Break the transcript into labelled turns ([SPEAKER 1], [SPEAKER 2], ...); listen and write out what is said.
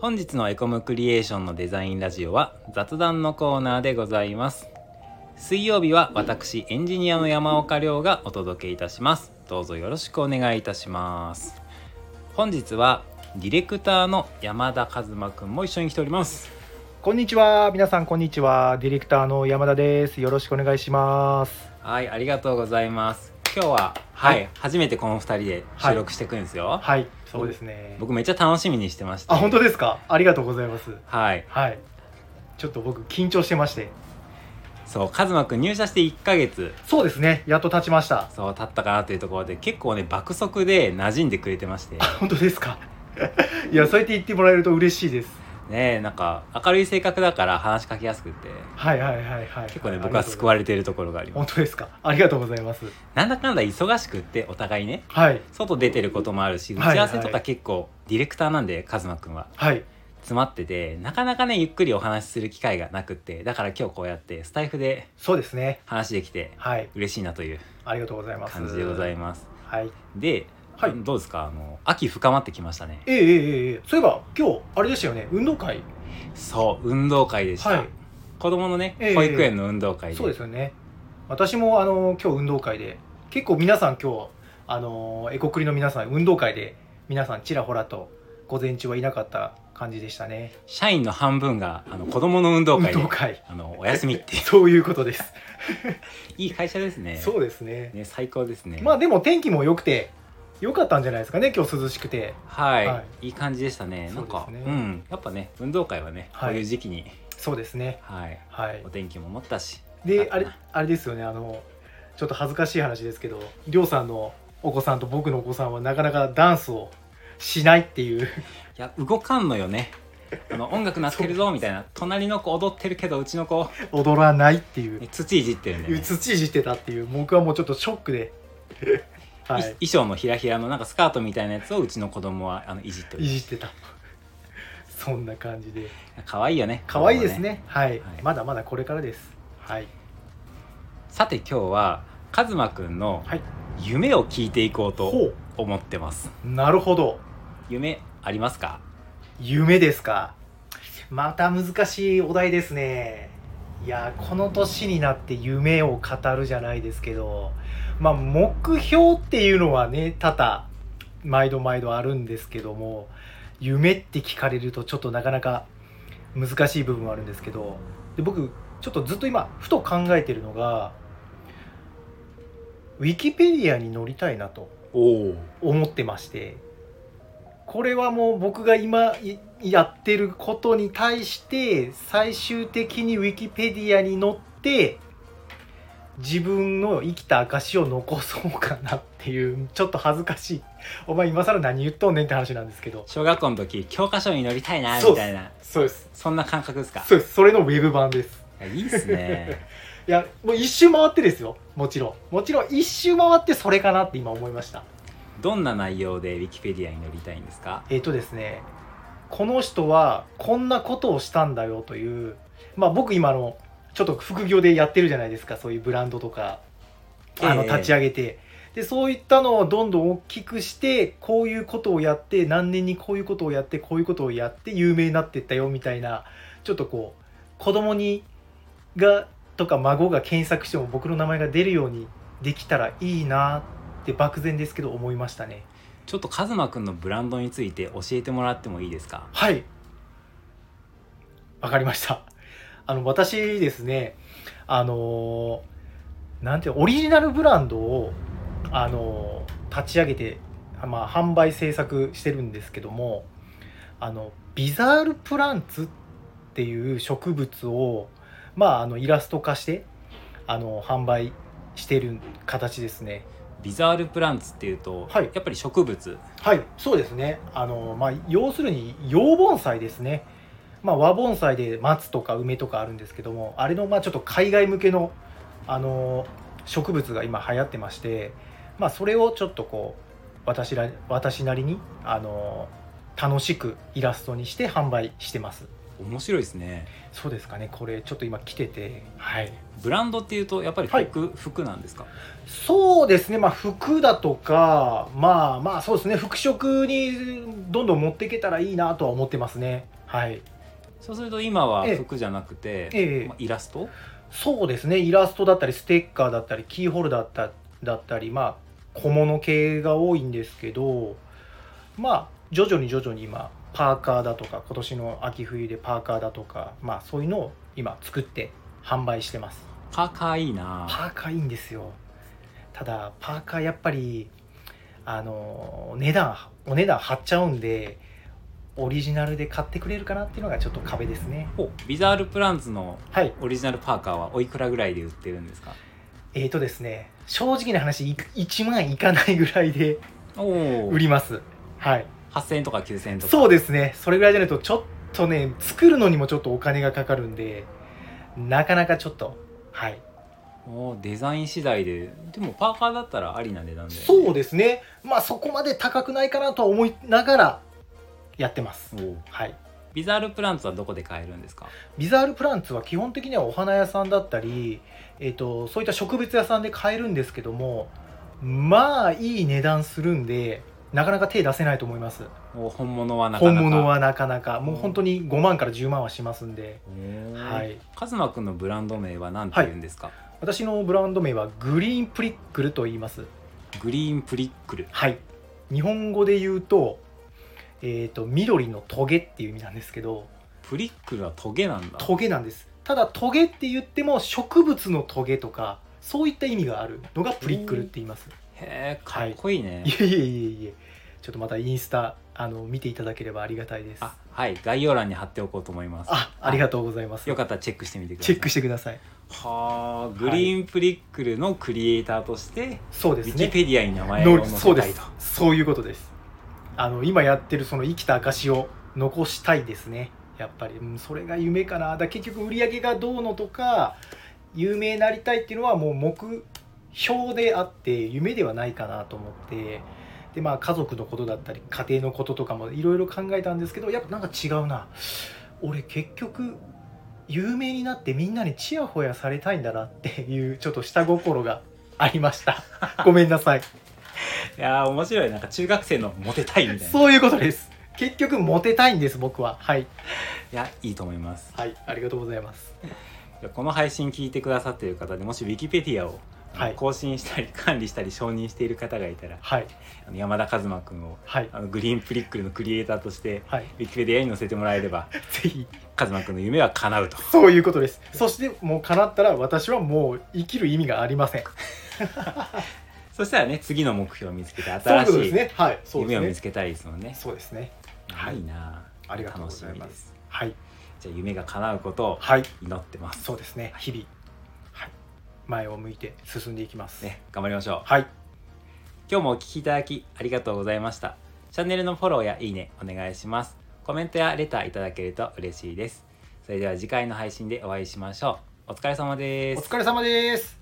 [SPEAKER 1] 本日のエコムクリエーションのデザインラジオは雑談のコーナーでございます水曜日は私エンジニアの山岡亮がお届けいたしますどうぞよろしくお願いいたします本日はディレクターの山田和馬くんも一緒に来ております
[SPEAKER 2] こんにちは皆さんこんにちはディレクターの山田ですよろしくお願いします
[SPEAKER 1] はいありがとうございます今日ははい、
[SPEAKER 2] はい
[SPEAKER 1] 初めてこの2人で収録していくんですよ、
[SPEAKER 2] はいそうですね
[SPEAKER 1] 僕めっちゃ楽しみにしてました
[SPEAKER 2] あ本当ですかありがとうございます
[SPEAKER 1] はい
[SPEAKER 2] はいちょっと僕緊張してまして
[SPEAKER 1] そう和馬くん入社して1ヶ月
[SPEAKER 2] そうですねやっと立ちました
[SPEAKER 1] そう経ったかなというところで結構ね爆速で馴染んでくれてましてね
[SPEAKER 2] 本当ですかいやそうやって言ってもらえると嬉しいです
[SPEAKER 1] えなんか明るい性格だから話しかけやすくて
[SPEAKER 2] はいはいはいはい
[SPEAKER 1] 結構ね僕は救わ
[SPEAKER 2] れ
[SPEAKER 1] れてるところがありま
[SPEAKER 2] 本
[SPEAKER 1] す
[SPEAKER 2] 当ですかありがとうございます
[SPEAKER 1] なんだかんだ忙しくってお互いね
[SPEAKER 2] はい
[SPEAKER 1] 外出てることもあるし打
[SPEAKER 2] はいはい
[SPEAKER 1] ち合わせとか結構ディレクターなんで和真くんは
[SPEAKER 2] はい
[SPEAKER 1] 詰まっててなかなかねゆっくりお話しする機会がなくってだから今日こうやってスタイフで
[SPEAKER 2] そうですね
[SPEAKER 1] 話できて
[SPEAKER 2] はい
[SPEAKER 1] 嬉しいなという
[SPEAKER 2] ありがとうございます
[SPEAKER 1] 感じでござい
[SPEAKER 2] ま
[SPEAKER 1] ます
[SPEAKER 2] すはい
[SPEAKER 1] で、
[SPEAKER 2] はい
[SPEAKER 1] どうですかあの秋深まってきましたね
[SPEAKER 2] ええええええそういえば今日あれでしたよね運動会
[SPEAKER 1] そう運動会でした、
[SPEAKER 2] はい
[SPEAKER 1] 子供のね
[SPEAKER 2] ええ
[SPEAKER 1] 保育園の運動会で、
[SPEAKER 2] そうですよね私もあの今日運動会で結構皆さん今日あのエコクリの皆さん運動会で皆さんちらほらと午前中はいなかった感じでしたね
[SPEAKER 1] 社員の半分があの子供の運動会
[SPEAKER 2] 運
[SPEAKER 1] で
[SPEAKER 2] 動会
[SPEAKER 1] あのお休みっていう
[SPEAKER 2] そういうことです、
[SPEAKER 1] いい会社ですね
[SPEAKER 2] そうですね
[SPEAKER 1] ね最高ですね、
[SPEAKER 2] まあでも天気も良くて良かったんじゃないですかね今日涼しくて
[SPEAKER 1] はい、、
[SPEAKER 2] はい
[SPEAKER 1] い感じでしたねなんか
[SPEAKER 2] そうですね
[SPEAKER 1] んやっぱね運動会はね、
[SPEAKER 2] はい
[SPEAKER 1] こういう時期に
[SPEAKER 2] そうですね
[SPEAKER 1] はい
[SPEAKER 2] はい
[SPEAKER 1] お天気も持ったし
[SPEAKER 2] であれあれですよねあのちょっと恥ずかしい話ですけどりょうさんのお子さんと僕のお子さんはなかなかダンスをしないっていう
[SPEAKER 1] いや動かんのよねあの音楽鳴ってるぞみたいな隣の子踊ってるけどうちの子、
[SPEAKER 2] 踊らないっていう
[SPEAKER 1] ね、土いじってるんだよね
[SPEAKER 2] 土いじってたっていう僕はもうちょっとショック ではい
[SPEAKER 1] 衣装のひらひらのなんかスカートみたいなやつをうちの子供はあのいじってる
[SPEAKER 2] いじってたそんな感じで
[SPEAKER 1] 可愛いよね
[SPEAKER 2] 可愛いですねはい、
[SPEAKER 1] はい
[SPEAKER 2] まだまだこれからですはい
[SPEAKER 1] さて今日はカズマくんの
[SPEAKER 2] はい
[SPEAKER 1] 夢を聞いていこうと
[SPEAKER 2] ほ
[SPEAKER 1] 思ってます
[SPEAKER 2] うなるほど
[SPEAKER 1] 夢ありますか
[SPEAKER 2] 夢ですかまた難しいお題ですねいやこの年になって夢を語るじゃないですけどまあ目標っていうのはね多々毎度毎度あるんですけども夢って聞かれるとちょっとなかなか難しい部分はあるんですけどで僕ちょっとずっと今ふと考えてるのがウィキペディアに乗りたいなと
[SPEAKER 1] おお
[SPEAKER 2] 思ってましてこれはもう僕が今いやってることに対して最終的にウィキペディアに載って自分の生きた証を残そうかなっていうちょっと恥ずかしいお前今更何言っとんねんって話なんですけど
[SPEAKER 1] 小学校の時教科書に載りたいな
[SPEAKER 2] そう
[SPEAKER 1] みたいな
[SPEAKER 2] そうです
[SPEAKER 1] そんな感覚ですか
[SPEAKER 2] そうですそれのウェブ版です
[SPEAKER 1] いやいいっすね
[SPEAKER 2] いやもう一周回ってですよもちろんもちろん一周回ってそれかなって今思いました
[SPEAKER 1] どんな内容でウィキペディアに載りたいんですか
[SPEAKER 2] えっ、とですねこの人はこんなことをしたんだよというまあ僕今あのちょっと副業でやってるじゃないですかそういうブランドとかあの
[SPEAKER 1] ええ
[SPEAKER 2] 立ち上げて、でそういったのをどんどん大きくしてこういうことをやって何年にこういうことをやってこういうことをやって有名になってったよみたいなちょっとこう子供にがとか孫が検索しても僕の名前が出るようにできたらいいなって漠然ですけど思いましたね。
[SPEAKER 1] ちょっとカズマくんのブランドについて教えてもらってもいいですか
[SPEAKER 2] はい。わかりました。 あの、私ですね、あのーなんていうのオリジナルブランドを、あのー立ち上げて、まあ、販売制作してるんですけども、あの、ビザールプランツっていう植物を、まあ、あの、イラスト化して、あの、販売してる形ですね。
[SPEAKER 1] ビザールプランツっていうと、
[SPEAKER 2] はい
[SPEAKER 1] やっぱり植物
[SPEAKER 2] はい、そうですね。あの、まあ、要するに、洋盆栽ですね。まあ、和盆栽で松とか梅とかあるんですけども、あれの、まあ、ちょっと海外向けの、あの、植物が今流行ってまして、まあ、それをちょっとこう、私ら、私なりに、あの、楽しくイラストにして販売してます。
[SPEAKER 1] 面白いですね
[SPEAKER 2] そうですかねこれちょっと今来ててはい
[SPEAKER 1] ブランドっていうとやっぱり服、服なんですか
[SPEAKER 2] そうですねまあ服だとかまあまあそうですね服飾にどんどん持っていけたらいいなとは思ってますねはい
[SPEAKER 1] そうすると今は
[SPEAKER 2] ええ
[SPEAKER 1] 服じゃなくて、
[SPEAKER 2] ええ
[SPEAKER 1] まあイラスト
[SPEAKER 2] そうですねイラストだったりステッカーだったりキーホルダーだっただったりまあ小物系が多いんですけどまあ徐々に徐々に今パーカーだとか今年の秋冬でパーカーだとかまあそういうのを今作って販売してます
[SPEAKER 1] パーカーいいな
[SPEAKER 2] パーカーいいんですよただパーカーやっぱりあの値段お値段張っちゃうんでオリジナルで買ってくれるかなっていうのがちょっと壁ですね
[SPEAKER 1] おビザールプランツの
[SPEAKER 2] はい
[SPEAKER 1] オリジナルパーカーはおいくらぐらいで売ってるんですか
[SPEAKER 2] えーとですね正直な話い1万いかないぐらいで
[SPEAKER 1] おお
[SPEAKER 2] 売りますはい
[SPEAKER 1] 8000円とか9000円とか
[SPEAKER 2] そうですねそれぐらいじゃないとちょっとね作るのにもちょっとお金がかかるんでなかなかちょっとはい
[SPEAKER 1] おーデザイン次第ででもパーカーだったらありな値段で
[SPEAKER 2] そうですねまあそこまで高くないかなとは思いながらやってます
[SPEAKER 1] おー
[SPEAKER 2] はい
[SPEAKER 1] ビザールプランツはどこで買えるんですか
[SPEAKER 2] ビザールプランツは基本的にはお花屋さんだったり、えっとそういった植物屋さんで買えるんですけどもまあいい値段するんでなかなか手出せないと思います
[SPEAKER 1] おー本物はなかなか
[SPEAKER 2] 本物はなかなかもう本当に5万から10万はしますんで、
[SPEAKER 1] おー
[SPEAKER 2] はい、
[SPEAKER 1] カズマくんのブランド名は何て言うんですか、
[SPEAKER 2] 私のブランド名はグリーンプリックルと言います
[SPEAKER 1] グリーンプリックル
[SPEAKER 2] はい日本語で言うと,、えっと緑のトゲっていう意味なんですけど
[SPEAKER 1] プリックルはトゲなんだ
[SPEAKER 2] トゲなんですただトゲって言っても植物のトゲとかそういった意味があるのがプリックルって言います
[SPEAKER 1] へえかっこいいね、
[SPEAKER 2] いえいえいえいえちょっとまたインスタあの見ていただければありがたいです
[SPEAKER 1] あ
[SPEAKER 2] あ
[SPEAKER 1] はい概要欄に貼っておこうと思います
[SPEAKER 2] ありがとうございます
[SPEAKER 1] よかったらチェックしてみてくださ
[SPEAKER 2] チ
[SPEAKER 1] い
[SPEAKER 2] ェックしてください
[SPEAKER 1] はあグリーンプリックルのクリエイターとして、
[SPEAKER 2] そうで
[SPEAKER 1] ウィ
[SPEAKER 2] す
[SPEAKER 1] キ
[SPEAKER 2] ね
[SPEAKER 1] ペディアに名前を
[SPEAKER 2] の
[SPEAKER 1] 載
[SPEAKER 2] そう
[SPEAKER 1] せ
[SPEAKER 2] で
[SPEAKER 1] たい
[SPEAKER 2] す
[SPEAKER 1] と
[SPEAKER 2] そういうことですあの今やってるその生きた証を残したいですねやっぱり、うん、それが夢かなだから結局売り上げがどうのとか有名になりたいっていうのはもう目標であって夢ではないかなと思ってでまあ家族のことだったり家庭のこととかもいろいろ考えたんですけどやっぱなんか違うな俺結局有名になってみんなにチヤホヤされたいんだなっていうちょっと下心がありましたごめんなさい
[SPEAKER 1] いやー面白いなんか中学生のモテたいみたいない
[SPEAKER 2] そういうことです。結局モテたいんです僕は。はい
[SPEAKER 1] やいいと思います
[SPEAKER 2] はいありがとうございます。
[SPEAKER 1] いやこの配信聞いてくださっている方でもしウィキペディアを
[SPEAKER 2] はい
[SPEAKER 1] 更新したり管理したり承認している方がいたら
[SPEAKER 2] はい
[SPEAKER 1] あの山田和真君を
[SPEAKER 2] はい
[SPEAKER 1] あのグリーンプリックルのクリエイターとして
[SPEAKER 2] はい。
[SPEAKER 1] ウィキペディアに載せてもらえれば
[SPEAKER 2] ぜひ
[SPEAKER 1] 和真君の夢は叶うと
[SPEAKER 2] そういうことです。そしてもう叶ったら私はもう生きる意味がありません。
[SPEAKER 1] そしたらね次の目標を見つけて
[SPEAKER 2] そうい
[SPEAKER 1] 新
[SPEAKER 2] う
[SPEAKER 1] し
[SPEAKER 2] ことです
[SPEAKER 1] い
[SPEAKER 2] ね。はいそう
[SPEAKER 1] 夢を
[SPEAKER 2] で
[SPEAKER 1] 見
[SPEAKER 2] す
[SPEAKER 1] つ
[SPEAKER 2] ね。
[SPEAKER 1] けたいですもんね
[SPEAKER 2] そうですね。はい
[SPEAKER 1] いな
[SPEAKER 2] ありがとうございます
[SPEAKER 1] 楽しみです
[SPEAKER 2] はい
[SPEAKER 1] じゃあ夢が叶うことを
[SPEAKER 2] はい
[SPEAKER 1] 祈ってます
[SPEAKER 2] そうですね。日々はい前を向いて進んでいきます。
[SPEAKER 1] ね頑張りましょう
[SPEAKER 2] はい
[SPEAKER 1] 今日もお聞きいただきありがとうございましたチャンネルのフォローやいいねお願いしますコメントやレターいただけると嬉しいですそれでは次回の配信でお会いしましょうお疲れ様です
[SPEAKER 2] お疲れ様です。